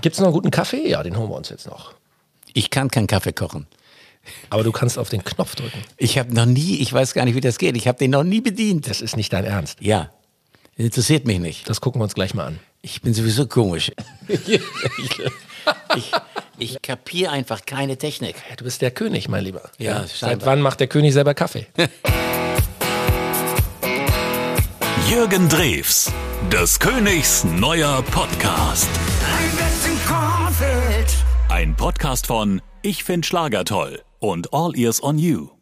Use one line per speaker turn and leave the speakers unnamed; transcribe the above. Gibt es noch einen guten Kaffee? Ja, den holen wir uns jetzt noch.
Ich kann keinen Kaffee kochen.
Aber du kannst auf den Knopf drücken.
Ich habe noch nie, ich weiß gar nicht, wie das geht. Ich habe den noch nie bedient.
Das ist nicht dein Ernst.
Ja, interessiert mich nicht.
Das gucken wir uns gleich mal an.
Ich bin sowieso komisch. ich ich kapiere einfach keine Technik.
Ja, du bist der König, mein Lieber.
Ja,
Seit
scheinbar.
wann macht der König selber Kaffee?
Jürgen Drews, des Königs neuer Podcast.
Rheinwesten Kornfeld.
Ein Podcast von Ich find Schlager toll und All Ears on You.